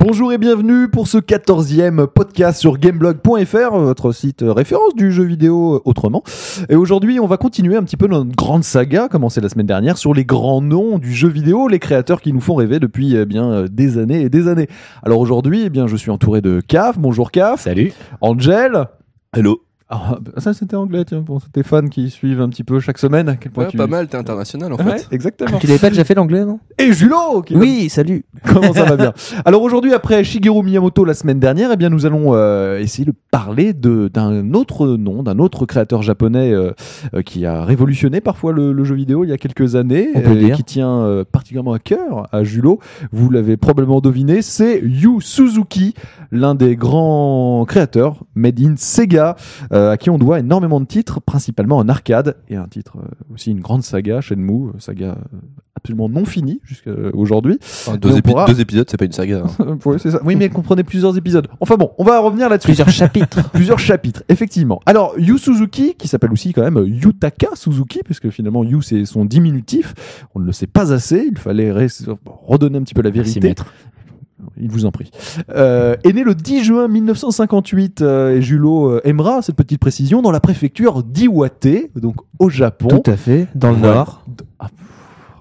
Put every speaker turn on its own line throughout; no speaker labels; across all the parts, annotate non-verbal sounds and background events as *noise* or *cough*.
Bonjour et bienvenue pour ce 14e podcast sur gameblog.fr, euh, votre site référence du jeu vidéo euh, autrement. Et aujourd'hui, on va continuer un petit peu notre grande saga commencée la semaine dernière sur les grands noms du jeu vidéo, les créateurs qui nous font rêver depuis eh bien des années et des années. Alors aujourd'hui, eh bien je suis entouré de CAF. Bonjour CAF.
Salut.
Angel.
Hello.
Ah, bah, ça c'était anglais tiens pour tes fans qui suivent un petit peu chaque semaine à quel point
Ouais,
tu
Pas mal, t'es international en
Ouais,
fait.
exactement.
Tu l'avais pas déjà fait l'anglais, non
Et Julo qui
Oui,
*laughs*
salut.
*laughs* Comment ça va bien Alors aujourd'hui, après Shigeru Miyamoto la semaine dernière, eh bien nous allons euh, essayer de parler de- d'un autre nom, d'un autre créateur japonais euh, euh, qui a révolutionné parfois le, le jeu vidéo il y a quelques années,
On peut
et
dire.
qui tient euh, particulièrement à cœur à Julo. Vous l'avez probablement deviné, c'est Yu Suzuki, l'un des grands créateurs made in Sega, euh, à qui on doit énormément de titres, principalement en arcade et un titre euh, aussi une grande saga Shenmue, euh, saga euh, absolument non finie jusqu'à aujourd'hui.
Enfin, deux,
Mais on
épi-
pourra-
deux épisodes, c'est pas une saga. hein.
Euh, pour eux, c'est ça. Oui, mais elle comprenait plusieurs épisodes. Enfin bon, on va revenir là-dessus. *laughs*
*laughs*
Plusieurs chapitres.
Plusieurs chapitres, effectivement. Alors, Yu Suzuki, qui s'appelle aussi quand même Yutaka Suzuki, puisque finalement Yu c'est son diminutif, on ne le sait pas assez, il fallait re- redonner un petit peu la
Merci,
vérité.
maître.
Il vous en prie. Euh, est né le 10 juin 1958, euh, et Julo euh, aimera cette petite précision, dans la préfecture d'Iwate, donc au Japon.
Tout à fait. Dans le
Ouais.
Nord.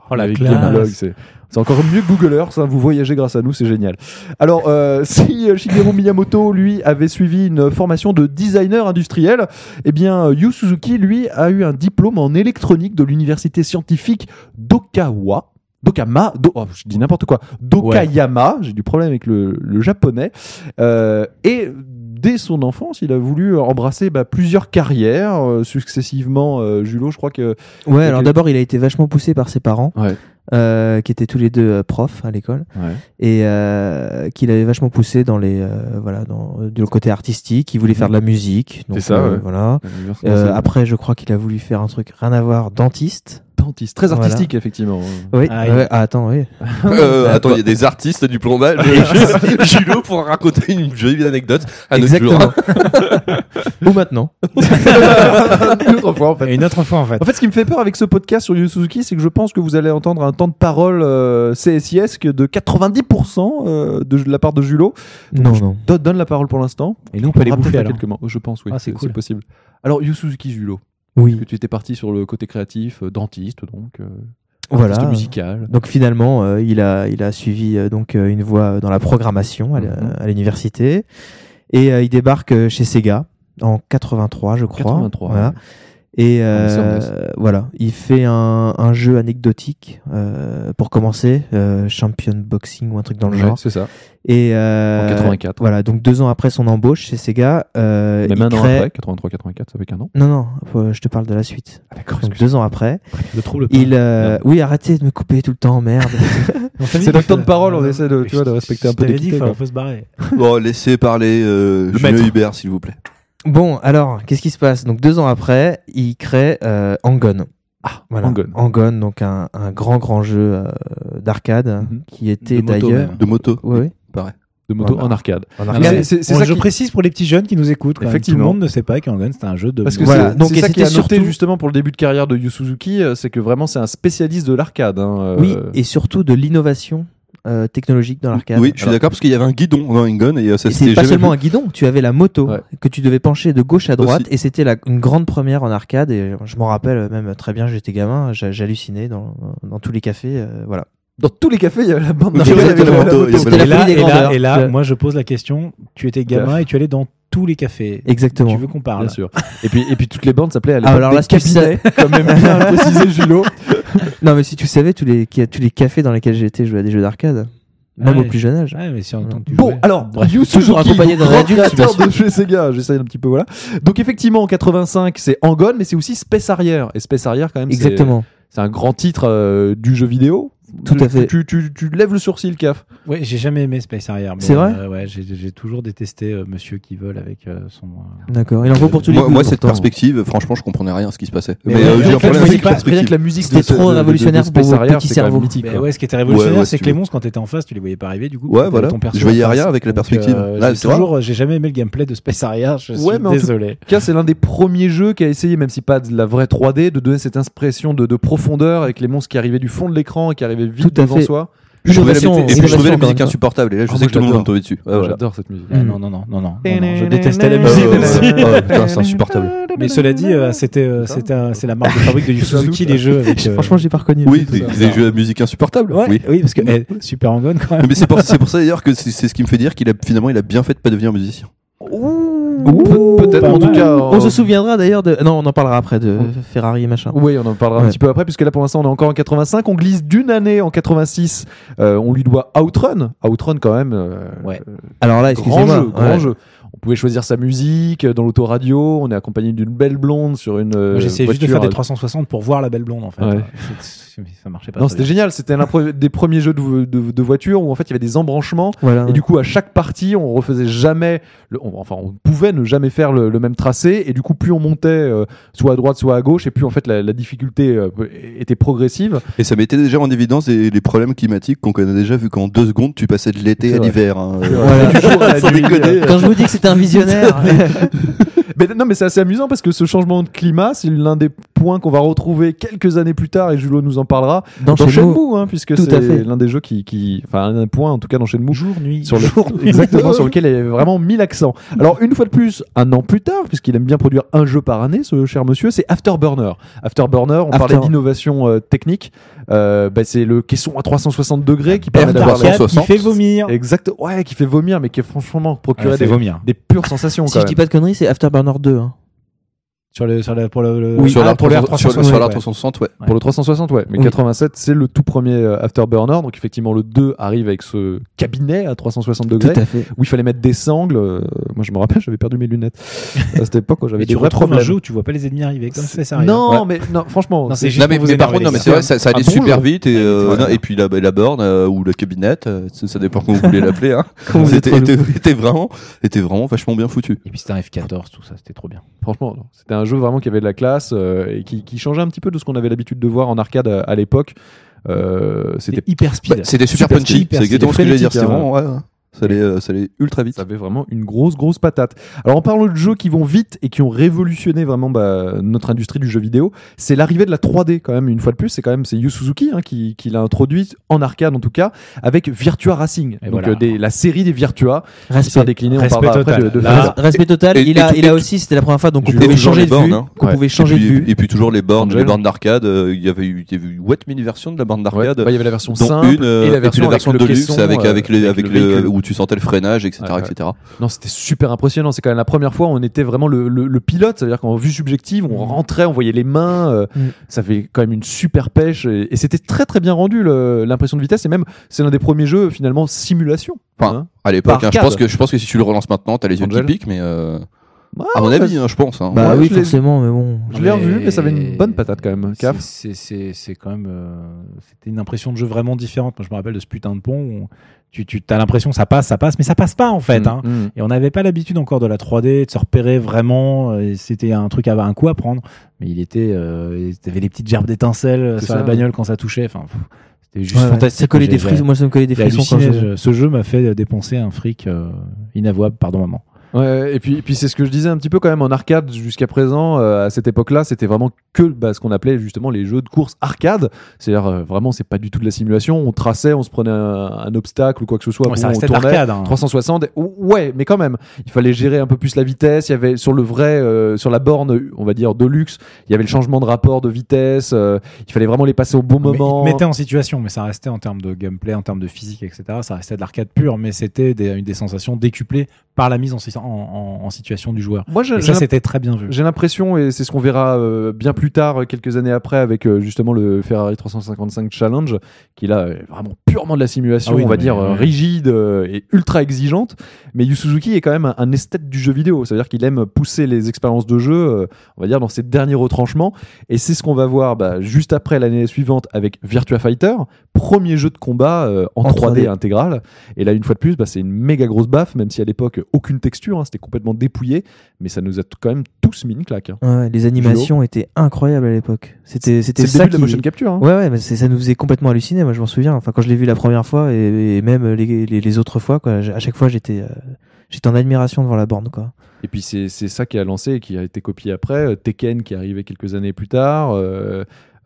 Oh
la
avec
classe.
Gameblog, c'est c'est encore mieux que Google Earth, hein, vous voyagez grâce à nous, c'est génial. Alors, euh, *laughs* si euh, Shigeru Miyamoto, lui, avait suivi une formation de designer industriel, eh bien, euh, Yu Suzuki, lui, a eu un diplôme en électronique de l'université scientifique d'Okawa. Dokama, Do- oh, je dis n'importe quoi, Dokayama, j'ai du problème avec le, le japonais, Euh, et dès son enfance, il a voulu embrasser bah, plusieurs carrières, euh, successivement, euh, Julo, je crois que
Ouais,
Et
alors
tu-
d'abord, il a été vachement poussé par ses parents,
Ouais.
euh, qui étaient tous les deux euh, profs à l'école, et euh, qu'il avait vachement poussé dans les, euh, voilà, dans euh, du côté artistique. Il voulait faire de la musique. donc,
C'est ça,
euh,
ouais.
Voilà. Euh, après, je crois qu'il a voulu faire un truc rien à voir, dentiste.
dentiste, très
Voilà.
artistique, effectivement.
Oui.
Ah, il-
ouais, ah, attends, oui.
Euh, *laughs* attends, il y a des artistes du plombage. Ju- *laughs* Julo pour raconter une jolie anecdote un autre jour.
Exactement. Ou maintenant.
une autre fois en fait.
Et une autre fois en fait.
En fait, ce qui me fait peur avec ce podcast sur Yu Suzuki, c'est que je pense que vous allez entendre un temps de parole euh, CSIS que de 90% euh, de, de la part de Julo.
Non, non.
Don- donne la parole pour l'instant.
Et nous on peut les
On
bouffer
peut-être
alors.
quelques mots. Je pense, oui.
Ah,
c'est
c'est cool.
c'est possible. Alors, Yu Suzuki, Julo,
Oui.
que tu étais parti sur le côté créatif, euh, dentiste, donc, euh,
Voilà.
artiste musical.
Donc finalement, euh, il, a, il a suivi euh, donc euh, une voie euh, dans la programmation à l'-
Mhm.
à l'université et euh, il débarque euh, chez Sega en 83, je crois.
83.
Voilà.
ouais.
Et
est sur
euh,
NES.
voilà, il fait un, un jeu anecdotique euh, pour commencer, euh, Champion Boxing ou un truc dans le
Ouais,
genre.
c'est ça.
Et euh,
en 84.
Voilà, donc deux ans après son embauche chez Sega, euh,
Même
il
un an
crée-
après, 83-84, ça fait qu'un an.
Non, non, euh, je te parle de la suite.
D'accord,
Donc deux ans après,
Le trouble.
il, euh, oui, arrêtez de me couper tout le
*laughs*
temps, merde.
C'est notre temps de parole,
Ah
on essaie de, tu vois, de respecter un peu
les
d'équité,
dit,
quoi.
on peut se barrer.
Bon, laissez parler euh,
Le
Julien
maître.
Hubert, s'il vous plaît.
Bon, alors, qu'est-ce qui se passe Donc, deux ans après, il crée euh, Angon.
Ah,
Voilà.
Angon.
donc un, un grand, grand jeu euh, d'arcade
Mhm.
qui était
De moto,
d'ailleurs.
même.
De moto.
Oui, oui.
De moto
Voilà.
en arcade.
En
mais
arcade.
c'est- c'est- c'est
Bon,
ça
je
qui-
précise pour les petits jeunes qui nous écoutent. quand même. Tout le
Effectivement.
monde ne sait pas qu'Angon c'est un jeu de.
Parce que
Voilà.
c'est
Donc,
c'est
et
ça qui est à
c'était
noter
surtout-
justement pour le début de carrière de Yu Suzuki, euh, c'est que vraiment c'est un spécialiste de l'arcade. hein, euh,
Oui, et surtout de l'innovation euh, technologique dans l'arcade.
Oui, je suis
Alors,
d'accord parce qu'il y avait un guidon dans Ingon et euh, ça
et c'est
c'était
pas
jamais
seulement
vu.
un guidon, tu avais la moto
Ouais.
que tu devais pencher de gauche à droite
Aussi.
et c'était la- une grande première en arcade et je m'en rappelle même très bien, j'étais gamin, j'a- j'hallucinais dans, dans tous les cafés, euh, voilà.
Dans tous les cafés, il y avait la bande
Oui,
d'arcade
il y
avec
avait la
la
moto, il y
moto.
avait
C'était
Et
la
là,
folie
et
des grandeurs.
là, et là,
Ouais.
moi je pose la question. Tu étais gamin et tu allais dans tous les cafés.
Exactement.
Tu veux qu'on parle
Bien sûr. Et puis, et puis toutes les bandes s'appelaient à l'époque
Ah, alors
des
là, si tu
cabinets, comme aime *laughs* bien le préciser Julo.
Non, mais si tu savais tous les, qui- tous les cafés dans lesquels j'étais joué à des jeux d'arcade, même
Ah Ouais.
au plus jeune âge.
Ouais, mais si on entend que tu
Bon,
jouais.
alors,
Bref.
Yu
Toujours
Suzuki,
accompagné d'un
grand
adulte,
créateur
bien
de chez Sega, j'essaye un petit peu, voilà. Donc effectivement, en 85, c'est Angon, mais c'est aussi Space Harrier. Et Space Harrier, quand même, c'est-
Exactement.
c'est un grand titre euh, du jeu vidéo.
Tout
Tu-
à fait.
Tu, tu, tu lèves le sourcil, CAF.
Ouais, j'ai jamais aimé Space Harrier. mais,
C'est vrai
euh, Ouais, j'ai- j'ai toujours détesté euh, Monsieur qui vole avec euh, son. euh,
D'accord. Il en faut pour tous les
Moi,
goûts,
moi, cette
pourtant.
perspective, franchement, je comprenais rien à ce qui se passait.
Mais
Mais,
ouais,
euh,
mais
j'ai
en
un
fait,
problème
je
avec
dis pas-
Rien
cette
que
perspective.
la musique
C'était
de ce-
trop
de- de- de
révolutionnaire
Space
pour votre
Harrier,
petit
c'est quand même
cerveau.
mythique,
Mais
quoi.
ouais, ce qui était révolutionnaire,
Ouais, ouais,
c'est
si
que
tu
les
veux.
monstres, quand t'étais en face, tu les voyais pas arriver du coup.
Ouais,
t'avais
voilà.
ton perso
Je voyais
en face.
rien avec la
Donc,
perspective.
euh,
Là,
j'ai
c'est vrai.
toujours, j'ai jamais aimé le gameplay de Space Harrier. Je
Ouais,
suis
mais en tout-
désolé.
Cas, c'est l'un des premiers jeux qui a essayé, même si pas de la vraie 3D, de donner cette impression de, de profondeur avec les monstres qui arrivaient du fond de l'écran et qui arrivaient vite
Tout à
devant
fait.
soi.
Je trouvais la
Innovation,
musique- et puis je
innovation,
trouvais la
encore
musique
une fois.
insupportable. Et là, je
Ah,
sais
moi,
que tout le monde va
j'adore.
me tomber dessus. Ouais, voilà.
*laughs*
J'adore cette musique.
Mm.
Ah non, non, non, non, non, non, non, Je détestais la
Euh,
musique
Euh,
aussi.
ouais, putain, c'est insupportable.
Mais cela dit, euh, c'était, euh, c'était, un- c'est la marque de fabrique de Yu *laughs* Suzuki, les jeux. *laughs* avec, euh,
Franchement, j'ai pas reconnu.
Oui,
tout
des,
ça.
des jeux à musique insupportable.
ouais, *laughs*
Oui.
oui. parce que eh, Super Angon, quand même.
Mais c'est pour, c'est pour ça d'ailleurs que c'est c'est ce qui me fait dire qu'il a finalement il a bien fait de pas devenir musicien.
Pe- Peut-être,
pas
en tout
mal.
cas. euh,
On se souviendra d'ailleurs de. Non, on en parlera après de Ferrari et machin.
Oui, on en parlera un
Ouais.
petit peu après, puisque là pour l'instant on est encore en 85. On glisse d'une année en 86. Euh, on lui doit Outrun. Outrun, quand même. euh,
Ouais.
euh,
Alors là,
Grand
excusez-moi.
jeu, grand
ouais.
jeu. On pouvait choisir sa musique euh, dans l'autoradio. On est accompagné d'une belle blonde sur une. euh,
Moi, J'essayais juste de
voiture.
faire des 360 pour voir la belle blonde, en fait.
Ouais.
*laughs* C'est- c'est- Ça marchait pas.
Non,
très
c'était génial. C'était l'un pre- *laughs* des premiers jeux de, de, de voiture où en fait il y avait des embranchements.
Voilà.
Et du coup, à chaque partie, on refaisait jamais, le, on- enfin, on pouvait ne jamais faire le, le même tracé. Et du coup, plus on montait, euh, soit à droite, soit à gauche, et plus en fait la, la difficulté euh, était progressive.
Et ça mettait déjà en évidence les, les problèmes climatiques qu'on connaît déjà, vu qu'en deux secondes tu passais de l'été
C'est
à
vrai.
l'hiver. hein.
Voilà.
Du jour à la
Sans
nuit,
déconner.
euh.
*laughs* Quand je vous dis que c'était un
*laughs*
visionnaire,
Mais non, mais c'est assez amusant parce que ce changement de climat, c'est l'un des points qu'on va retrouver quelques années plus tard, et Julot nous en parlera
dans
dans
chez nous,
Shenmue, hein, puisque
Tout
c'est
à fait.
l'un des jeux qui, qui, enfin, un point en tout cas dans Shenmue
Jour, nuit.
sur le
*laughs*
*laughs*
exactement sur lequel il avait vraiment mis l'accent. Alors une fois de plus, un an plus tard, puisqu'il aime bien produire un jeu par année, ce cher monsieur, c'est Afterburner. Afterburner, on
After-
parlait d'innovation euh, technique. Euh, bah, c'est le caisson à 360 degrés qui permet
Air
d'avoir
Target.
la...
Il
360.
fait vomir. Ah,
exact, ouais, qui fait vomir, mais qui franchement procurait
Ouais, fait
des,
vomir.
des pures sensations.
si
quand
je dis pas de conneries, c'est Afterburner 2. hein.
Sur le, sur la, pour le, le-
Sur
Ah,
la
pour le
360,
R360,
sur la
ouais.
360, ouais.
Pour le 360, ouais. Mais
Oui.
87, c'est le tout premier euh, Afterburner. Donc, effectivement, le 2 arrive avec ce cabinet à 360
Tout
degrés *laughs*
à fait.
où il fallait mettre des sangles. Euh, moi, je me rappelle, j'avais perdu mes lunettes à cette époque quand j'avais
Mais
des
tu
vrais
retrouves un
problèmes.
jeu où tu vois pas les ennemis arriver. Comme ça, ça arrive.
non, mais non, franchement,
Non,
c'est-
c'est juste
Non,
pour
mais,
vous
mais par
énerver,
contre, non,
les Ah
mais
gars.
c'est vrai, ça, ça allait
bon
super
jeu.
vite. Et, euh,
Ouais.
non, et puis la, la borne euh, ou la cabinette, euh, ça, ça dépend comment vous voulez l'appeler. Hein.
Quand vous êtes
C'était
relou.
était- était vraiment, était vraiment vachement bien foutu. Bah,
Et puis c'était un F14, tout ça, c'était trop bien.
franchement, non. c'était un jeu vraiment qui avait de la classe euh, et qui, qui changeait un petit peu de ce qu'on avait l'habitude de voir en arcade à, à l'époque. Euh, c'était,
C'était hyper
Bah,
speed.
C'était super
Super
punchy.
speed,
C'est exactement ce que
c'était
j'allais dire. C'était
frénétique, hein.
vraiment, ouais, ouais. Ça allait, euh, ça allait ultra vite.
ça avait vraiment une grosse, grosse patate. Alors, en parlant de jeux qui vont vite et qui ont révolutionné vraiment bah, notre industrie du jeu vidéo, c'est l'arrivée de la 3D quand même. Une fois de plus, c'est quand même c'est Yu Suzuki hein, qui, qui l'a introduite en arcade en tout cas avec Virtua Racing.
Et
donc
voilà.
euh, des- la série des Virtua qui sera
Respect.
déclinée. On
Respect
parlera après
total.
de, de
Là,
Fazer.
Respect total.
Et-
il
et
a,
tout-
il a
et-
aussi, c'était la première fois, donc on
Et
pouvait
toujours
changer
les
de
bornes,
vue.
hein.
Qu'on
Ouais.
pouvait changer
et, puis,
de vue.
et puis toujours les bornes,
Angel.
les bornes d'arcade. euh, Il y avait eu, il y avait eu 8 mini versions de la borne
Ouais, bah,
d'arcade.
Il y avait la version
dont
simple
une euh,
et la
puis
version,
la version
avec
de
le
luxe
caisson,
avec
euh,
avec les avec
véhicule.
le où tu sentais le freinage etc
Ouais, ouais.
etc
Non, c'était super impressionnant. C'est quand même la première fois où on était vraiment le, le, le pilote, c'est-à-dire qu'en vue subjective, on rentrait, on voyait les mains. euh,
Mm.
Ça fait quand même une super pêche et, et c'était très très bien rendu le- l'impression de vitesse. Et même, c'est l'un des premiers jeux finalement simulation.
Enfin,
Hein
à l'époque hein, je
Arcade.
pense que je pense que si tu le relances maintenant t'as les yeux qui
Angel.
piquent mais euh,
Ouais,
à mon
Ah ouais,
avis hein, je pense hein.
Bah
Ouais,
oui,
je l'ai-
forcément, mais bon.
Je l'ai revu, mais ça avait une bonne patate quand même,
C'est-
Caf.
C'est c'est- c'est quand même. euh, C'était une impression de jeu vraiment différente. Moi, je me rappelle de ce putain de pont où tu, tu as l'impression que ça passe, ça passe, mais ça passe pas en fait. hein.
Mm, mm.
Et on n'avait pas l'habitude encore de la 3D, de se repérer vraiment. euh, et C'était un truc à un coup à prendre. Mais il était. Euh, T'avais les petites gerbes d'étincelles euh,
C'est
sur
ça,
la bagnole quand ça touchait. Enfin, pff, c'était juste
Ouais, ouais.
fantastique.
Ça collait
J'ai-
des
j'ai-
frissons. Moi, ça me collait des
j'ai
frissons quand
halluciné.
je.
Je- Ce jeu m'a fait dépenser un fric euh, inavouable, pardon maman.
Ouais, et puis, et puis c'est ce que je disais un petit peu quand même en arcade jusqu'à présent. euh, à cette époque-là, c'était vraiment que bah, ce qu'on appelait justement les jeux de course arcade. C'est-à-dire euh, vraiment, c'est pas du tout de la simulation. On traçait, on se prenait un, un obstacle ou quoi que ce soit.
Ouais,
bon,
ça
on
restait de
tournait.
l'arcade. hein.
360, ou- ouais, mais quand même, il fallait gérer un peu plus la vitesse. Il y avait sur le vrai, euh, sur la borne, on va dire de luxe, il y avait le changement de rapport de vitesse. euh, il fallait vraiment les passer au bon
Mais
moment.
Il te mettait en situation, mais ça restait en termes de gameplay, en termes de physique, etc. Ça restait de l'arcade pure, mais c'était des, des sensations décuplées par la mise en, si- en- en- en situation du joueur.
Moi, j'ai
Et ça,
j'ai l'imp-
c'était très bien vu.
j'ai l'impression, et c'est ce qu'on verra euh, bien plus tard, euh, quelques années après, avec euh, justement le Ferrari 355 Challenge, qui là, est vraiment purement de la simulation,
Ah oui,
on va
non,
dire
mais-
euh, rigide euh, et ultra exigeante. Mais Yu Suzuki est quand même un, un esthète du jeu vidéo, c'est-à-dire qu'il aime pousser les expériences de jeu, euh, on va dire, dans ses derniers retranchements. Et c'est ce qu'on va voir bah, juste après l'année suivante avec Virtua Fighter, premier jeu de combat euh, en,
En
3D,
3D.
intégral. Et là, une fois de plus, bah, c'est une méga grosse baffe, même si à l'époque, aucune texture, hein, c'était complètement dépouillé, mais ça nous a t- quand même tous mis une claque. hein.
Ouais, les animations étaient incroyables à l'époque. C'était,
C'est
c'était
le
ça
début de
qui.
la motion capture. hein.
Ouais, ouais, mais c'est- ça nous faisait complètement halluciner. Moi, je m'en souviens. Enfin, quand je l'ai vu la première fois et, et même les, les, les autres fois, quoi, j'ai- à chaque fois, j'étais, euh, j'étais en admiration devant la borne, quoi.
Et puis c'est c'est ça qui a lancé et qui a été copié après. Euh, Tekken qui est arrivé quelques années plus tard. euh,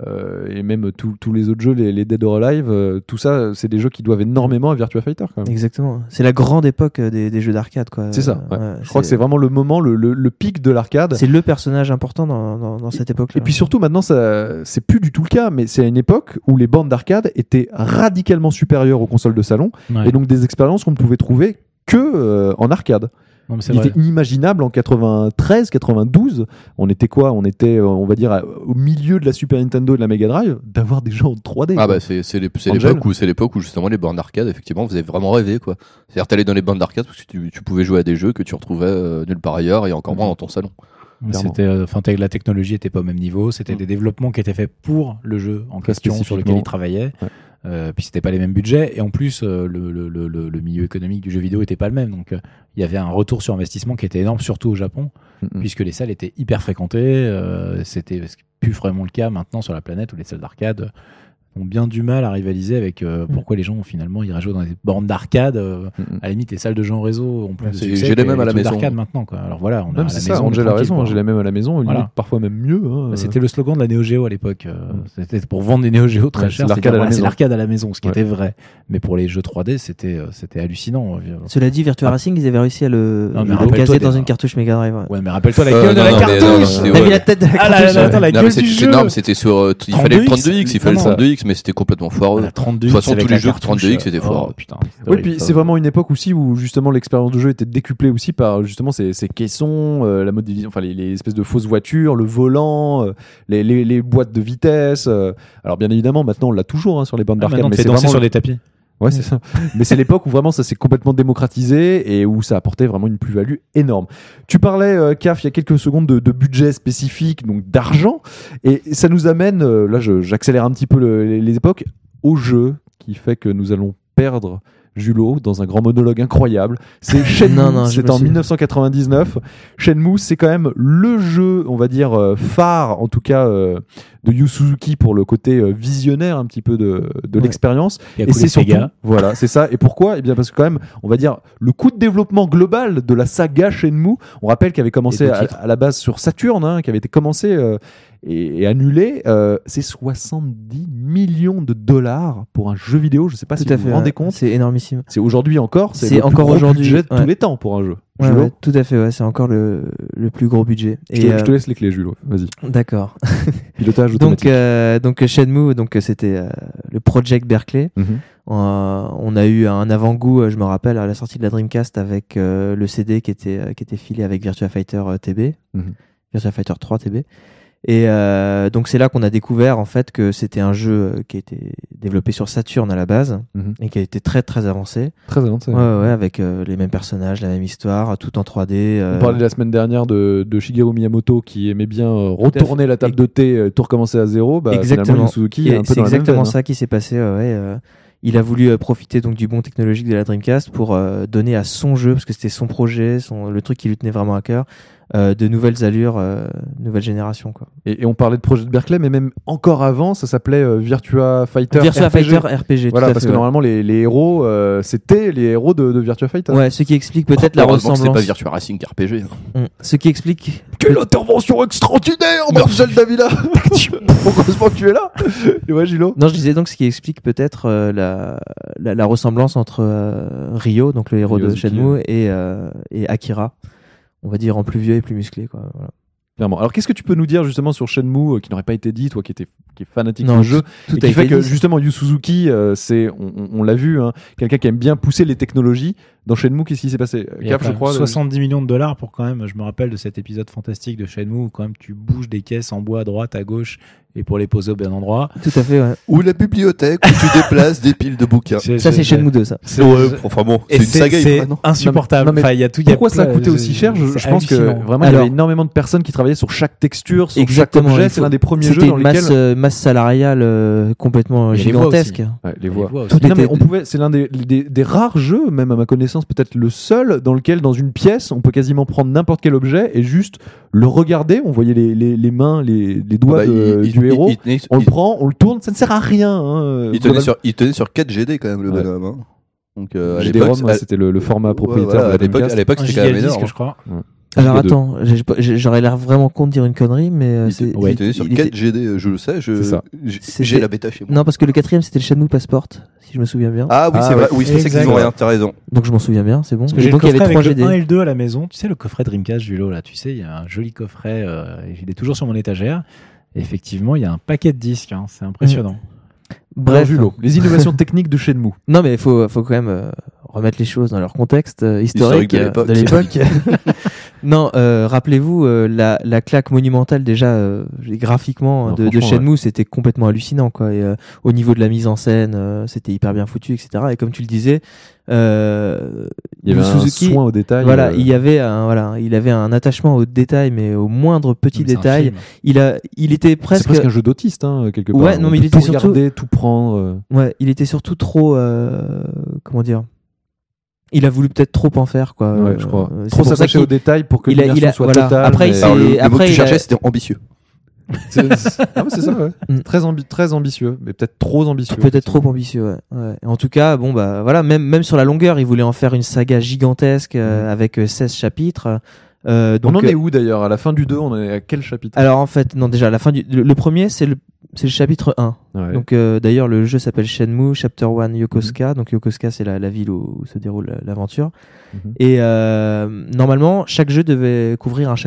euh, et même tous tous les autres jeux, les, les Dead or Alive, euh, tout ça, c'est des jeux qui doivent énormément à Virtua Fighter quand même.
Exactement. C'est la grande époque euh, des, des jeux d'arcade, quoi.
C'est ça,
Euh,
Je crois que c'est vraiment le moment, le, le- le pic de l'arcade.
C'est le personnage important dans, dans, dans cette époque-là.
Et puis surtout, maintenant, ça, c'est plus du tout le cas, mais c'est à une époque où les bandes d'arcade étaient radicalement supérieures aux consoles de salon,
Ouais.
et donc des expériences qu'on ne pouvait trouver que euh, en arcade.
Non, mais c'est
Il
vrai.
était inimaginable en 93, 92. On était quoi On était, euh, on va dire, à- au milieu de la Super Nintendo et de la Mega Drive, d'avoir des jeux en 3D.
Ah bah c'est c'est les- c'est
Angel.
l'époque où c'est l'époque où justement les bornes d'arcade effectivement vous avez vraiment rêvé quoi. C'est-à-dire t'allais dans les bornes d'arcade parce que tu, tu pouvais jouer à des jeux que tu retrouvais euh, nulle part ailleurs et encore moins dans ton salon.
Mais
clairement.
C'était, euh, enfin, t'as- la technologie était pas au même niveau. C'était
Mm.
des développements qui étaient faits pour le jeu en question, sur lequel
spécifiquement.
ils travaillaient.
Ouais.
Euh, puis c'était pas les mêmes budgets. Et en plus, euh, le, le- le- le- le milieu économique du jeu vidéo était pas le même. Donc euh, il y avait un retour sur investissement qui était énorme, surtout au Japon,
Mm.
Mm-mm.
puisque les salles étaient hyper fréquentées. euh, c'était ce qui est plus vraiment le cas maintenant sur la planète où les salles d'arcade euh, ont bien du mal à rivaliser avec
Mm.
euh, pourquoi les gens finalement iraient jouer dans des bornes d'arcade. euh,
Mm-mm.
à la limite, les salles de jeux en réseau ont plus
Ouais,
de
c'est-
succès
j'ai les
que
mêmes à la
trucs
maison.
d'arcade maintenant. Quoi. Alors voilà, on a à
Même
la
c'est
maison,
ça,
on est
Angel a
tranquille,
raison,
quoi.
j'ai la même à la maison,
Voilà.
limite parfois même mieux. hein.
C'était le slogan de la Neo Geo à l'époque. euh,
Mm.
C'était pour vendre des Neo Geo très
Ouais, c'est
cher.
l'arcade
c'était-
à la
voilà, C'est
maison.
l'arcade à la maison, ce qui
Ouais.
était vrai. Mais pour les jeux 3D, c'était euh, c'était hallucinant. euh,
Cela dit, Virtua
Ah.
Racing, ils avaient réussi à le,
Non, mais
le
rappelle-toi
caser
des-
dans une cartouche Mega Drive. ouais. *laughs*
Ouais, mais rappelle-toi la
Euh,
gueule de
non,
la
non, mais- non, non,
cartouche.
c'est-
T'as
ouais.
vu la tête de la
*laughs* Ah là là
cartouche
là, attends,
ouais.
la
Non, mais
gueule
c'est-
du
c'est-
jeu.
non, mais c'était sur euh, il fallait le 32X, il fallait
Non, non.
le 32X mais c'était complètement foireux.
La 32
Oh, De toute façon,
avec
tous
la
les jeux de
cartouche,
32X, c'était
euh,
fort.
oh, Putain.
Oui, puis c'est vraiment une époque aussi où justement l'expérience de jeu était décuplée aussi par justement ces, ces caissons, euh, la modélisation, enfin les, les espèces de fausses voitures, le volant, euh, les, les- les boîtes de vitesse. euh. Alors bien évidemment, maintenant on l'a toujours hein, sur les bandes
Ah,
d'arcade,
maintenant,
mais
t'es
c'est
dansé
vraiment
sur des tapis.
ouais c'est ça. mais c'est l'époque où vraiment ça s'est complètement démocratisé et où ça apportait vraiment une plus-value énorme. Tu parlais euh, Caf il y a quelques secondes de, de budget spécifique, donc d'argent, et ça nous amène euh, là je- j'accélère un petit peu le- les, les époques au jeu qui fait que nous allons perdre Julot dans un grand monologue incroyable.
*laughs*
C'est Shenmue,
Non, non, je
c'est
me
en
suis-
1999. Shenmue, c'est quand même le jeu, on va dire, euh, phare, en tout cas, euh, de Yu Suzuki pour le côté euh, visionnaire un petit peu de, de
Ouais.
l'expérience.
Il y a
Et
coulé
c'est
ces
surtout,
gars.
voilà, c'est ça. Et pourquoi Eh bien parce que quand même, on va dire le coût de développement global de la saga Shenmue. On rappelle qu'elle avait commencé
Et de
à,
titres.
à la base sur Saturn, hein, qui avait été commencé euh, et, et annulé. euh, c'est 70 millions de dollars pour un jeu vidéo. Je sais pas si
Tout à
vous
fait.
vous
ouais.
rendez compte.
C'est énormissime.
C'est aujourd'hui encore. C'est
C'est
le plus
encore
gros
aujourd'hui,
budget de tous
ouais.
les temps pour un jeu.
Ouais,
Julo,
ouais, tout à fait, ouais, c'est encore le, le plus gros budget.
je,
Et,
te, je
euh,
te laisse les clés, Julo. Vas-y.
D'accord.
Pilotage
Donc,
automatique.
euh, donc Shenmue, donc euh, c'était euh, le Project Berkeley.
Mhm.
Euh, on a eu un avant-goût, euh, je me rappelle, à la sortie de la Dreamcast avec euh, le CD qui était, euh, qui était filé avec Virtua Fighter euh, TB,
Mhm.
Virtua Fighter 3 TB. Et euh, donc c'est là qu'on a découvert en fait que c'était un jeu euh, qui a été développé sur Saturn à la base
Mhm.
et qui a été très très avancé.
Très avancé.
Ouais, ouais, avec euh, les mêmes personnages, la même histoire, tout en 3D. euh,
On parlait la semaine dernière de, de Shigeru Miyamoto qui aimait bien euh, retourner la table de thé, euh, tout recommencer à zéro. Bah,
Exactement.
Finalement, Yu Suzuki est
Et
un peu
C'est
dans la même
exactement
veine, hein.
ça qui s'est passé. ouais, ouais, euh, il a voulu euh, profiter donc du bon technologique de la Dreamcast pour euh, donner à son jeu, parce que c'était son projet, son, le truc qui lui tenait vraiment à cœur, euh, de nouvelles allures, euh, nouvelle génération. Quoi.
Et, et on parlait de projet de Berkeley, mais même encore avant, ça s'appelait euh, Virtua Fighter.
Virtua
RPG.
Fighter
Voilà,
RPG. tout à
parce
fait,
que
ouais.
normalement, les, les héros, euh, c'était les héros de, de Virtua Fighter.
Ouais, ce qui explique peut-être la
Heureusement que
ressemblance.
C'est pas Virtua Racing RPG. hein.
Mm. Ce qui explique.
Quelle intervention extraordinaire, Marcel
*laughs*
Davila *laughs* Heureusement que tu es là Et ouais, Gilo
Non, je disais donc ce qui explique peut-être euh, la, la, la ressemblance entre euh, Ryo, donc le héros
Ryo
de
Zuki,
Shenmue, et, euh, et Akira. On va dire en plus vieux et plus musclé. Quoi. Voilà.
Clairement. Alors, qu'est-ce que tu peux nous dire justement sur Shenmue, euh, qui n'aurait pas été dit, toi qui, étais, qui es fanatique
Non,
du jeu
Tout
et
a
qui
été
fait que
dit.
justement Yu Suzuki, euh, c'est, on, on- on l'a vu, hein, quelqu'un qui aime bien pousser les technologies. Dans Shenmue, qu'est-ce qui s'est passé
Il y a
Cap,
quand
je
même
crois.
70 millions de dollars pour quand même, je me rappelle de cet épisode fantastique de Shenmue où quand même tu bouges des caisses en bois à droite, à gauche et pour les poser au bon endroit.
Tout à fait, ouais.
Ou la bibliothèque où tu déplaces des piles de *laughs* bouquins.
Ça, c'est Shenmue 2, ça.
C'est-
Ouais, enfin bon,
Et
c'est une
c'est-
saga.
c'est
il- non.
insupportable.
Non, mais- non, mais
Enfin, il y a tout, il y a
Pourquoi ça a
plein-
coûté
je-
aussi cher Je,
c'est
je pense que
hallucinant.
vraiment il y
Alors-
avait énormément de personnes qui travaillaient sur chaque texture, sur
Exactement,
chaque objet.
il
C'est
faut-
l'un des premiers jeux
C'était
dans
une masse,
lesquels
euh, masse salariale euh, complètement
Et les voix
gigantesque.
Ouais, les
Les
voix.
voix aussi.
Tout
Non, mais
était-
on pouvait. C'est l'un des, des- des rares jeux, même à ma connaissance, peut-être le seul dans lequel dans une pièce on peut quasiment prendre n'importe quel objet et juste le regarder. On voyait les, les- les mains, les, les doigts
Bah, il-
de-
il-
du
il-
héros.
il tenait-
on le
il-
prend, on le tourne. Ça ne sert à rien. hein,
Il tenait
globalement.
sur, il tenait sur 4 GD quand même le
Ouais.
bonhomme. hein. Donc euh, à
GD-ROM,
l'époque,
hein, c'était le, le format
ouais,
propriétaire
voilà,
de la
à l'époque, à
Dreamcast.
l'époque,
Un
c'était quand même
giga disque,
énorme.
je crois.
Alors
les deux.
attends, j'ai- j'ai- j'aurais l'air vraiment con de dire une connerie, mais euh,
hein. Il
c'est.
était, ouais, il était sur
il
4
était-
GD, je le sais, je-
C'est ça.
j'ai
C'était-
j'ai la bêta chez moi.
Non, parce que le quatrième c'était le Shenmue Passport, si je me souviens bien.
Ah oui,
Ah
c'est vrai,
ouais.
oui, je pensais qu'ils ont
Exact.
rien, t'as raison.
Donc je m'en souviens bien, c'est bon.
Parce que
Et
j'ai le
donc il y
coffret
avait 3
avec le 1
GD.
et le 2 à la maison. Tu sais, le coffret Dreamcast, Julo, là, tu sais, il y a un joli coffret. euh, il est toujours sur mon étagère. Et effectivement, il y a un paquet de disques. hein, c'est impressionnant.
Mmh.
Alors,
Bref,
Julo, les innovations techniques de Shenmue.
non mais il faut, faut quand même euh, remettre les choses dans leur contexte euh, historique,
Historique de
euh,
l'époque.
de l'époque. *laughs* non, euh, rappelez-vous euh, la, la claque monumentale déjà euh, graphiquement
Non,
de, de
franchement,
Shenmue, c'était complètement hallucinant quoi. Et, euh, au niveau de la mise en scène, euh, c'était hyper bien foutu, etc. Et comme tu le disais, euh,
Il y avait
Yu
un
Suzuki,
soin au détail.
Voilà,
euh,
il y avait un voilà, il avait un attachement au détail, mais au moindre petit
Mais c'est un
détail.
film.
Il a, il était
C'est
presque,
presque un jeu d'autiste, hein, quelque part.
Ouais, non, mais il
peut
était
tout
surtout-
regarder, tout prendre. euh.
ouais, il était surtout trop, euh, comment dire, il a voulu peut-être trop en faire quoi.
Ouais,
Euh,
je crois.
c'est
Trop
pour ça
s'attacher
qu'il-
au détail pour que
il a- il a-
l'immersion soit
voilà.
totale.
Après, il
mais-
s'est-
Alors, le, le
après,
mot que
il
tu
a-
cherchais, c'était ambitieux.
*laughs* C'est c'est- ah, mais c'est ça, ouais.
Mm. Ah,
très, ambi- très ambitieux, mais peut-être trop ambitieux.
Peut-être trop ambitieux. Ouais. Ouais. En tout cas, bon bah voilà, même même sur la longueur, il voulait en faire une saga gigantesque euh, avec euh, 16 chapitres. Euh, donc,
on en
euh,
est où d'ailleurs À la fin du 2, on est à quel chapitre
alors en fait, non déjà la fin du le, le premier, c'est le c'est le chapitre 1.
Ouais.
Donc euh, d'ailleurs le jeu s'appelle Shenmue Chapter 1 Yokosuka. Donc Yokosuka c'est la, la ville où, où se déroule la- l'aventure.
Mhm.
Et euh, normalement chaque jeu devait couvrir un chapitre.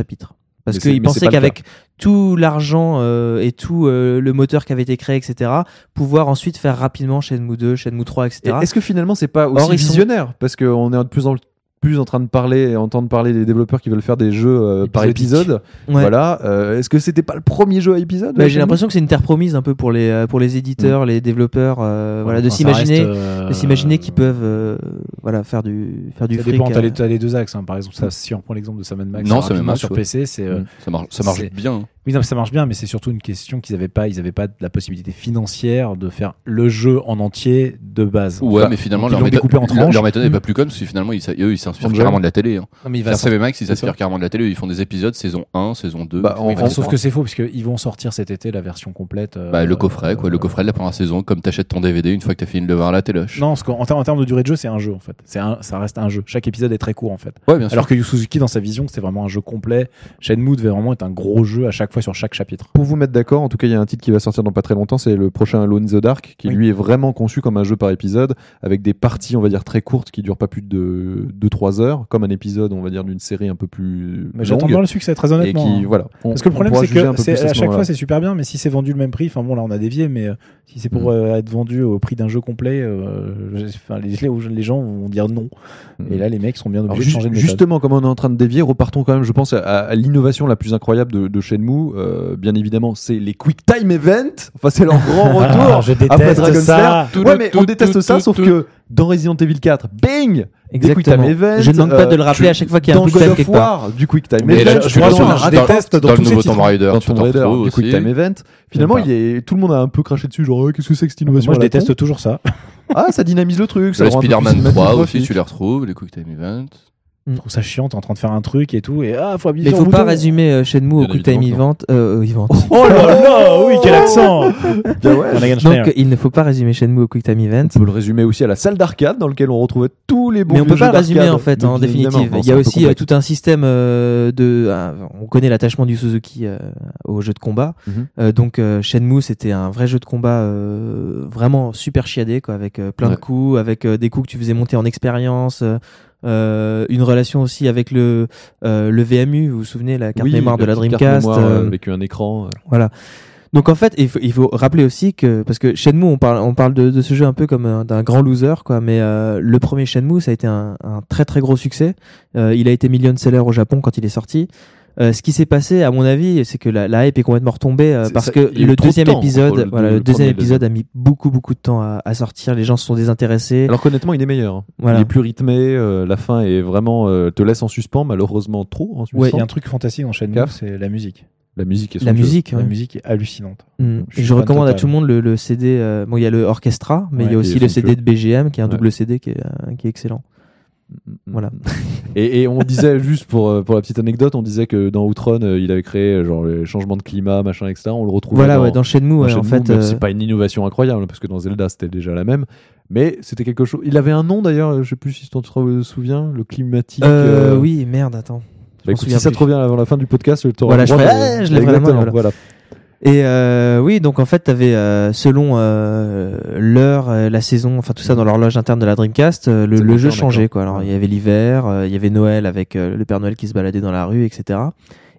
Parce
Mais c'est-
qu'ils
mais c'est pas
pensaient
le
qu'avec tout l'argent euh, et tout euh, le moteur qui avait été créé, etc., pouvoir ensuite faire rapidement Shenmue 2, Shenmue 3, etc.
Et Est-ce que finalement, c'est pas aussi
Or, ils sont-
visionnaire Parce qu'on est de plus en plus en train de parler et entendre parler des développeurs qui veulent faire des jeux euh, par
Épisodiques.
épisode.
Ouais.
Voilà. euh, Est-ce que c'était pas le premier jeu à épisode
Bah,
euh,
J'ai l'impression que c'est une terre promise un peu pour les, euh, pour les éditeurs,
Mm.
les développeurs, euh, voilà, de
Enfin, ça reste,
s'imaginer
euh,
de s'imaginer qu'ils peuvent euh, voilà, faire du, faire du
Ça
fric.
dépend, t'as
euh.
les, t'as les deux axes. hein. Par exemple, ça, si on prend l'exemple de Sam Max,
Non,
rapidement,
Sam Max,
sur
ouais.
PC, c'est. euh,
Mmh.
Mm. Ça marche, ça marche
c'est-
bien. hein.
Oui, non, mais ça marche bien, mais c'est surtout une question qu'ils n'avaient pas. Ils n'avaient pas la possibilité financière de faire le jeu en entier de base.
Ouais,
Enfin,
mais finalement,
ils
leur
l'ont
méthode,
découpé en
leur-
tranches.
leur méthode n'est
Mm.
pas plus conne, parce que finalement, ils, s'a- eux, ils s'inspirent
Angel.
carrément de la télé. Hein.
Non, mais il va
CB Max, ils
c'est
s'inspirent
ça.
carrément de la télé, ils font des épisodes saison 1, saison 2.
Bah,
ils font
en-
des
Sauf
trucs.
que c'est faux, parce qu'ils vont sortir cet été la version complète. euh,
Bah, le coffret, quoi. Le
euh,
coffret de la première saison, comme t'achètes ton DVD une fois que t'as fini de le voir à la télé.
Non, parce qu'en ter- en termes de durée de jeu, c'est un jeu en fait. C'est un, ça reste un jeu. Chaque épisode est très court en fait.
Ouais, bien sûr.
Alors que Yu Suzuki, dans sa vision, c'était vraiment un jeu complet. Shenmue devait vraiment être un gros jeu à chaque fois sur chaque chapitre.
Pour vous mettre d'accord, en tout cas, il y a un titre qui va sortir dans pas très longtemps, c'est le prochain Alone in the Dark, qui
Oui.
lui est vraiment conçu comme un jeu par épisode, avec des parties, on va dire, très courtes, qui durent pas plus de 2-3 heures, comme un épisode, on va dire, d'une série un peu plus
Mais j'attends
longue.
bien le succès, très
Et
honnêtement. hein.
qui, voilà. On-
Parce que le
on
problème,
pourra
c'est
juger un
que
peu
c'est-
plus
à,
ce
chaque
moment-là.
fois, c'est super bien, mais si c'est vendu le même prix, enfin bon, là on a dévié, mais euh, si c'est
Mm.
pour euh, être vendu au prix d'un jeu complet, euh, je- enfin, les, les gens vont dire non.
Mm.
Et là, les mecs sont bien
Alors,
obligés
ju-
de changer de méthode.
justement, comme on est en train de dévier, repartons quand même, je pense, à, à l'innovation la plus incroyable de, de Shenmue. Euh, bien évidemment, c'est les Quick Time Event. Enfin, c'est leur grand *laughs* retour.
Ah, je
après Dragon
ça.
Slayer. Ouais, mais on déteste ça, sauf que dans Resident Evil 4, bing
Exactement.
Des quick time events,
Je ne manque pas de le
euh,
rappeler
tu-
à chaque fois qu'il y a
Dans
un quick time
God of
quelque part.
War, du Quick Time
Mais
Event.
là, je suis
Moi,
dans,
j'en
dans,
déteste
dans
dans
le
tous ces
nouveau
titres.
Tomb Raider,
dans
tu
Tomb
t'en
Raider,
retrouves
du Quick
aussi.
Time Event. Finalement, il est, tout le monde a un peu craché dessus, genre, Ah, qu'est-ce que c'est que cette innovation
Moi, je
à la
déteste
con
toujours ça.
Ah, ça dynamise le truc. ça
Le
rend un peu
Spider-Man
plus
3 aussi,
cinématographique.
tu les retrouves, les Quick Time Event.
Je trouve ça chiant, t'es en train de faire un truc et tout, et ah, faut
Mais
habiller
il faut pas résumer euh, Shenmue au
Bien
Quick Time
évidemment,
Event. Euh, euh, event.
Oh là là, oui, quel *laughs* accent
Bien ouais.
Donc euh, il ne faut pas résumer Shenmue au Quick Time Event.
On peut le résumer aussi à la salle d'arcade dans laquelle on retrouvait tous les bons
Mais on
vieux
peut pas
jeux
le résumer
d'arcade.
en fait,
Donc,
en
bien
définitive.
évidemment,
Il
c'est
y a
un peu
aussi euh,
complexe.
tout un système euh, de. ah, on connaît l'attachement du Suzuki euh, au jeu de combat.
Mhm.
Euh, donc euh, Shenmue, c'était un vrai jeu de combat euh, vraiment super chiadé, quoi, avec euh, plein de
Ouais.
coups, avec euh, des coups que tu faisais monter en expérience. euh, euh, une relation aussi avec le euh, le VMU, vous vous souvenez la carte
Oui,
mémoire de la
petite carte
Dreamcast.
mémoire, euh,
euh,
avec un écran. euh.
Voilà. Donc en fait, il faut, il faut rappeler aussi que parce que Shenmue, on parle, on parle de, de ce jeu un peu comme un- d'un grand loser, quoi. Mais euh, le premier Shenmue, ça a été un, un très très gros succès. Euh, il a été million seller au Japon quand il est sorti. Euh, ce qui s'est passé, à mon avis, c'est que la, la hype est complètement retombée euh,
C'est-
parce
ça-
que
il y a eu
le
trop de
deuxième
temps
épisode,
entre le-
voilà,
le
le deuxième
premier et le
épisode a mis beaucoup beaucoup de temps à, à sortir. Les gens se sont désintéressés.
Alors qu'honnêtement, il est meilleur. hein.
voilà.
Il est plus rythmé. euh, la fin est vraiment euh, te laisse en suspens, malheureusement trop en suspens.
Ouais,
Il y a un truc fantastique dans Shenmue,
Gaffe.
c'est la musique.
La musique est
La
somptueuse.
musique.
La
ouais.
musique est hallucinante.
Mm. Je,
Je suis fan
recommande à
total.
tout le monde le, le CD. euh, bon, il y a le orchestra, mais il y
Ouais,
a
qui
aussi
est
le CD de BGM, qui est un
Ouais.
double CD qui est, euh, qui est excellent. Voilà.
Mm, Et, et on disait *laughs* juste pour euh, pour la petite anecdote, on disait que dans Outrun, euh, il avait créé euh, genre les changements de climat, machin, etc. On le retrouve
Voilà,
dans,
ouais, dans Shenmue,
dans
ouais, en
Shenmue,
fait.
même
euh,
si c'est pas une innovation incroyable parce que dans Zelda c'était déjà la même, mais c'était quelque chose. Il avait un nom d'ailleurs, euh, je sais plus si tu te souviens, le climatique.
euh,
euh,
oui, merde, attends. Je m'en
écoute, si
souviens
ça te
plus.
revient avant la fin du podcast, tu auras
Voilà,
le droit
je
de-
ferai- eh, je lèverai la main,
Exactement,
voilà. Et euh, oui, donc en fait, t'avais euh, selon euh, l'heure, euh, la saison, enfin tout ça dans l'horloge interne de la Dreamcast, euh, le,
C'est
le
d'accord,
jeu changeait
d'accord.
quoi. Alors
Ouais.
il y avait l'hiver, euh, il y avait Noël avec euh, le Père Noël qui se baladait dans la rue, etc.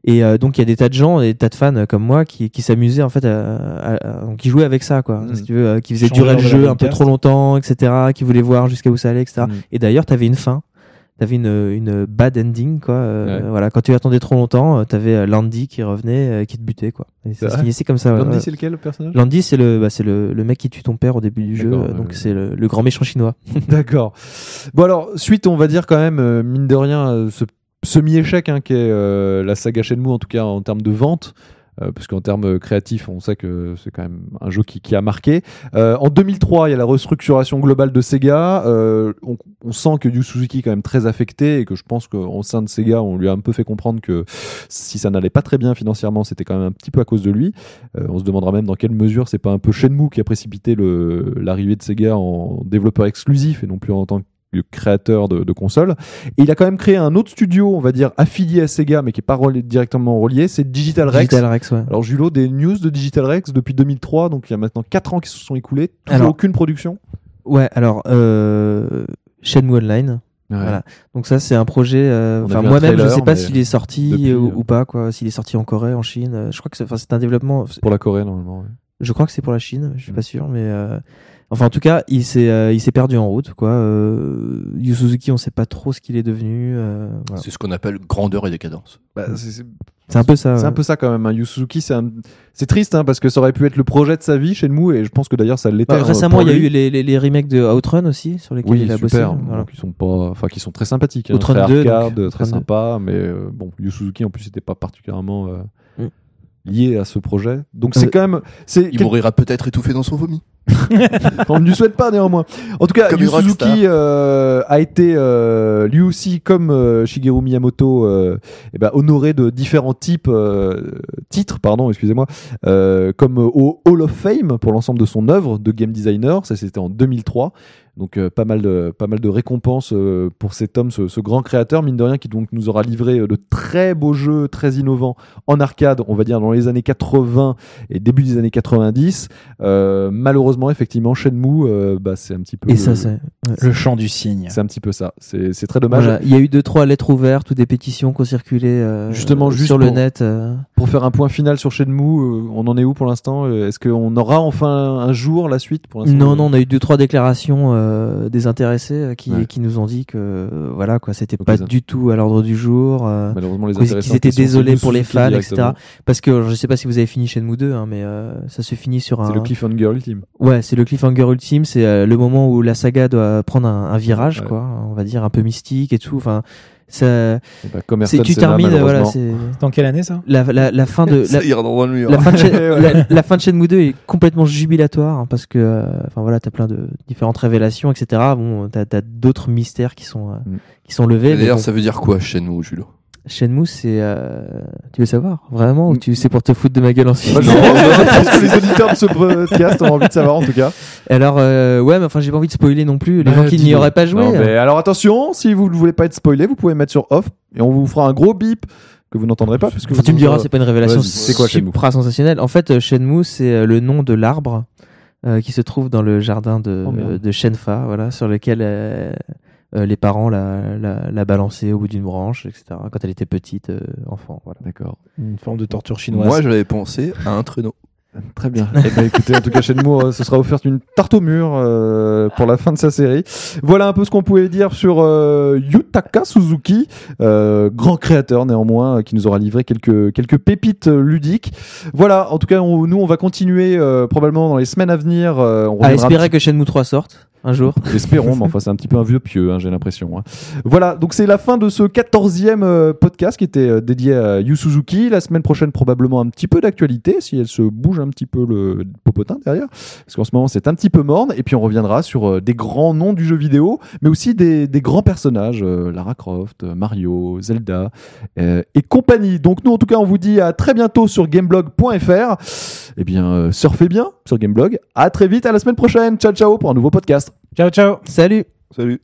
Et euh, donc il y a des tas de gens, des tas de fans euh, comme moi qui, qui s'amusaient en fait, euh, à- à- donc, qui jouaient avec ça quoi.
Mhm.
Si tu veux, euh, qui faisaient
Changer
durer le
l'heure de la
jeu un peu
Dreamcast.
trop longtemps, etc. Qui voulaient voir jusqu'à où ça allait, etc.
Mhm.
Et d'ailleurs, t'avais une fin. T'avais une, une bad ending, quoi. euh,
Ouais.
Voilà, quand tu attendais trop longtemps, euh, t'avais euh, Landy qui revenait, euh, qui te butait, quoi. Et
C'est
ça se
vrai
finissait comme ça. ouais, ouais.
c'est lequel le personnage
Landy, c'est le, bah, c'est le, le mec qui tue ton père au début du jeu,
D'accord,
euh,
ouais,
donc
ouais.
c'est le, le grand méchant chinois.
*laughs* D'accord. Bon alors, suite, on va dire quand même, euh, mine de rien, euh, ce semi-échec hein, qui est euh, la saga Shenmue, en tout cas en termes de vente. euh, parce qu'en termes euh, créatifs, on sait que c'est quand même un jeu qui, qui a marqué. Euh, en 2003, il y a la restructuration globale de Sega. Euh, on, on sent que Yu Suzuki est quand même très affecté et que je pense qu'au sein de Sega, on lui a un peu fait comprendre que si ça n'allait pas très bien financièrement, c'était quand même un petit peu à cause de lui. Euh, on se demandera même dans quelle mesure c'est pas un peu Shenmue qui a précipité le- l'arrivée de Sega en développeur exclusif et non plus en tant que créateur de, de consoles. Et il a quand même créé un autre studio, on va dire, affilié à Sega, mais qui n'est pas relié- directement relié, c'est Digital Rex.
Digital Rex, ouais.
Alors Julot, des news de Digital Rex depuis 2003, donc il y a maintenant 4 ans qui se sont écoulés, toujours
Alors-
aucune production.
Ouais, alors, euh, Shenmue Online. Voilà. Donc ça, c'est un projet. euh,
On a
Enfin,
vu un
moi-même, je
trailer,
sais pas
mais
s'il est sorti
depuis,
ou,
euh,
ou pas, quoi. S'il est sorti en Corée, en Chine. euh, Je crois que c'est, enfin, c'est un développement.
Pour la Corée, normalement. ouais.
Je crois que c'est pour la Chine, je suis
Mm.
pas sûr, mais euh, enfin en tout cas, il s'est euh, il s'est perdu en route quoi. Euh, Yu Suzuki, on sait pas trop ce qu'il est devenu. euh, voilà.
C'est ce qu'on appelle grandeur et décadence.
Bah, c'est- c'est
C'est un peu ça.
C'est
Ah ouais.
un peu ça quand même. Hein. Yu Suzuki, c'est un- c'est triste hein, parce que ça aurait pu être le projet de sa vie chez nous et je pense que d'ailleurs ça l'était.
Bah,
hein,
récemment,
pour
il y a
lui.
eu les, les, les remakes de Outrun aussi sur lesquels
Oui,
il a bossé.
super.
voilà.
Donc, ils sont pas, enfin, qui sont très sympathiques, hein,
Outrun
très
2, donc,
arcade, très
Outrun 2.
sympa, mais euh, bon, Yu Suzuki en plus n'était pas particulièrement euh,
Mm.
lié à ce projet. Donc
Euh,
c'est quand même, c'est
Il mourira peut-être étouffé dans son vomi.
*laughs* on ne lui souhaite pas néanmoins. En tout cas,
Comme
Yu
une rockstar.
Suzuki euh, a été euh, lui aussi, comme euh, Shigeru Miyamoto, euh, eh ben, honoré de différents types euh, titres, pardon, excusez-moi, euh, comme euh, au Hall of Fame pour l'ensemble de son œuvre de game designer. Ça, c'était en 2003. Donc euh, pas mal de pas mal de récompenses euh, pour cet homme, ce, ce grand créateur mine de rien qui donc nous aura livré euh, de très beaux jeux très innovants en arcade, on va dire dans les années 80 et début des années 90. Euh, malheureusement effectivement Shenmue, euh, bah, c'est un petit peu
Et
le-
ça, c'est.
Le chant du cygne.
c'est un petit peu ça. C'est c'est très dommage.
Voilà. Il y a eu deux trois lettres ouvertes ou des pétitions qui ont circulé euh,
Justement, juste
sur le
pour-
net. euh.
Pour faire un point final sur Shenmue, euh, on en est où pour l'instant Euh, Est-ce qu'on aura enfin un jour la suite pour l'instant
Non, non, on a eu deux trois déclarations euh, des intéressés euh, qui,
Ouais.
qui nous ont dit que euh, voilà quoi, c'était
Donc,
pas
les in-
du tout à l'ordre du jour. euh,
Malheureusement, les
qu'ils
intéressants
étaient
qui hein. sont
désolés
Shenmue
pour les
Suzuki
fans,
directement.
Parce que alors, je sais pas si vous avez fini Shenmue 2, hein, mais euh, ça se finit sur un.
C'est le cliffhanger ultime.
Ouais, c'est le cliffhanger ultime. C'est euh, le moment où la saga doit prendre un, un virage,
Ouais.
quoi. On va dire un peu mystique et tout. Enfin, ça.
Et bah, comme
C'est
Ayrton
tu
Senna,
termines. euh, Voilà,
malheureusement,
c'est
C'est en quelle année ça
la, la, la
*laughs*
fin de Euh, la,
Ça ira dans le mur.
la fin de, Shen-
Ouais.
la, la fin de Shenmue 2 est complètement jubilatoire hein, parce que, euh, enfin voilà, t'as plein de différentes révélations, etc. Bon, t'as as, d'autres mystères qui sont euh,
Mm.
qui sont levés.
Mais
mais
D'ailleurs,
bon,
ça veut dire quoi chez nous, Julo
Shenmue, c'est euh, tu veux savoir vraiment ou tu c'est pour te foutre de ma gueule ensuite
Mm. Moi, *laughs*
*laughs*
je, pense, je pense que les auditeurs de ce podcast ont envie de savoir en tout cas.
Alors euh, ouais, mais enfin j'ai pas envie de spoiler non plus les
Bah,
gens qui n'y
dis-le.
auraient pas joué. euh,
Non, mais alors attention, si vous ne voulez pas être spoilé, vous pouvez mettre sur off et on vous fera un gros bip que vous n'entendrez pas. Puisque
Enfin, tu me diras, c'est pas une révélation
Vas-y, c'est quoi Shenmue
supra sensationnelle. En fait, euh, Shenmue, c'est euh, le nom de l'arbre euh, qui se trouve dans le jardin de,
Oh, merde.
de Shenfa, voilà, sur lequel euh, euh, les parents la, la, la balançaient au bout d'une branche, etc. Quand elle était petite, euh, enfant. Voilà.
D'accord.
Une forme de torture chinoise.
Moi, j'avais pensé à un traîneau.
Très bien. Eh ben, écoutez, en tout cas, Shenmue, euh, ce sera offert une tarte au mur euh, pour la fin de sa série. Voilà un peu ce qu'on pouvait dire sur euh, Yutaka Suzuki, euh, grand créateur néanmoins, euh, qui nous aura livré quelques, quelques pépites euh, ludiques. Voilà, en tout cas, on- nous, on va continuer euh, probablement dans les semaines à venir. euh, on
À
reviendra un
espérer que Shenmue 3 sorte un jour.
Espérons, mais enfin, c'est un petit peu un vieux pieux, hein, j'ai l'impression. hein. Voilà, donc c'est la fin de ce 14e euh, podcast qui était euh, dédié à Yu Suzuki. La semaine prochaine, probablement un petit peu d'actualité, si elle se bouge un petit peu le popotin derrière, parce qu'en ce moment, c'est un petit peu morne. Et puis, on reviendra sur euh, des grands noms du jeu vidéo, mais aussi des, des grands personnages, euh, Lara Croft, euh, Mario, Zelda euh, et compagnie. Donc, nous, en tout cas, on vous dit à très bientôt sur gameblog.fr. Eh bien, euh, surfez bien sur Gameblog. À très vite, à la semaine prochaine. Ciao, ciao pour un nouveau podcast.
Ciao, ciao
Salut
Salut.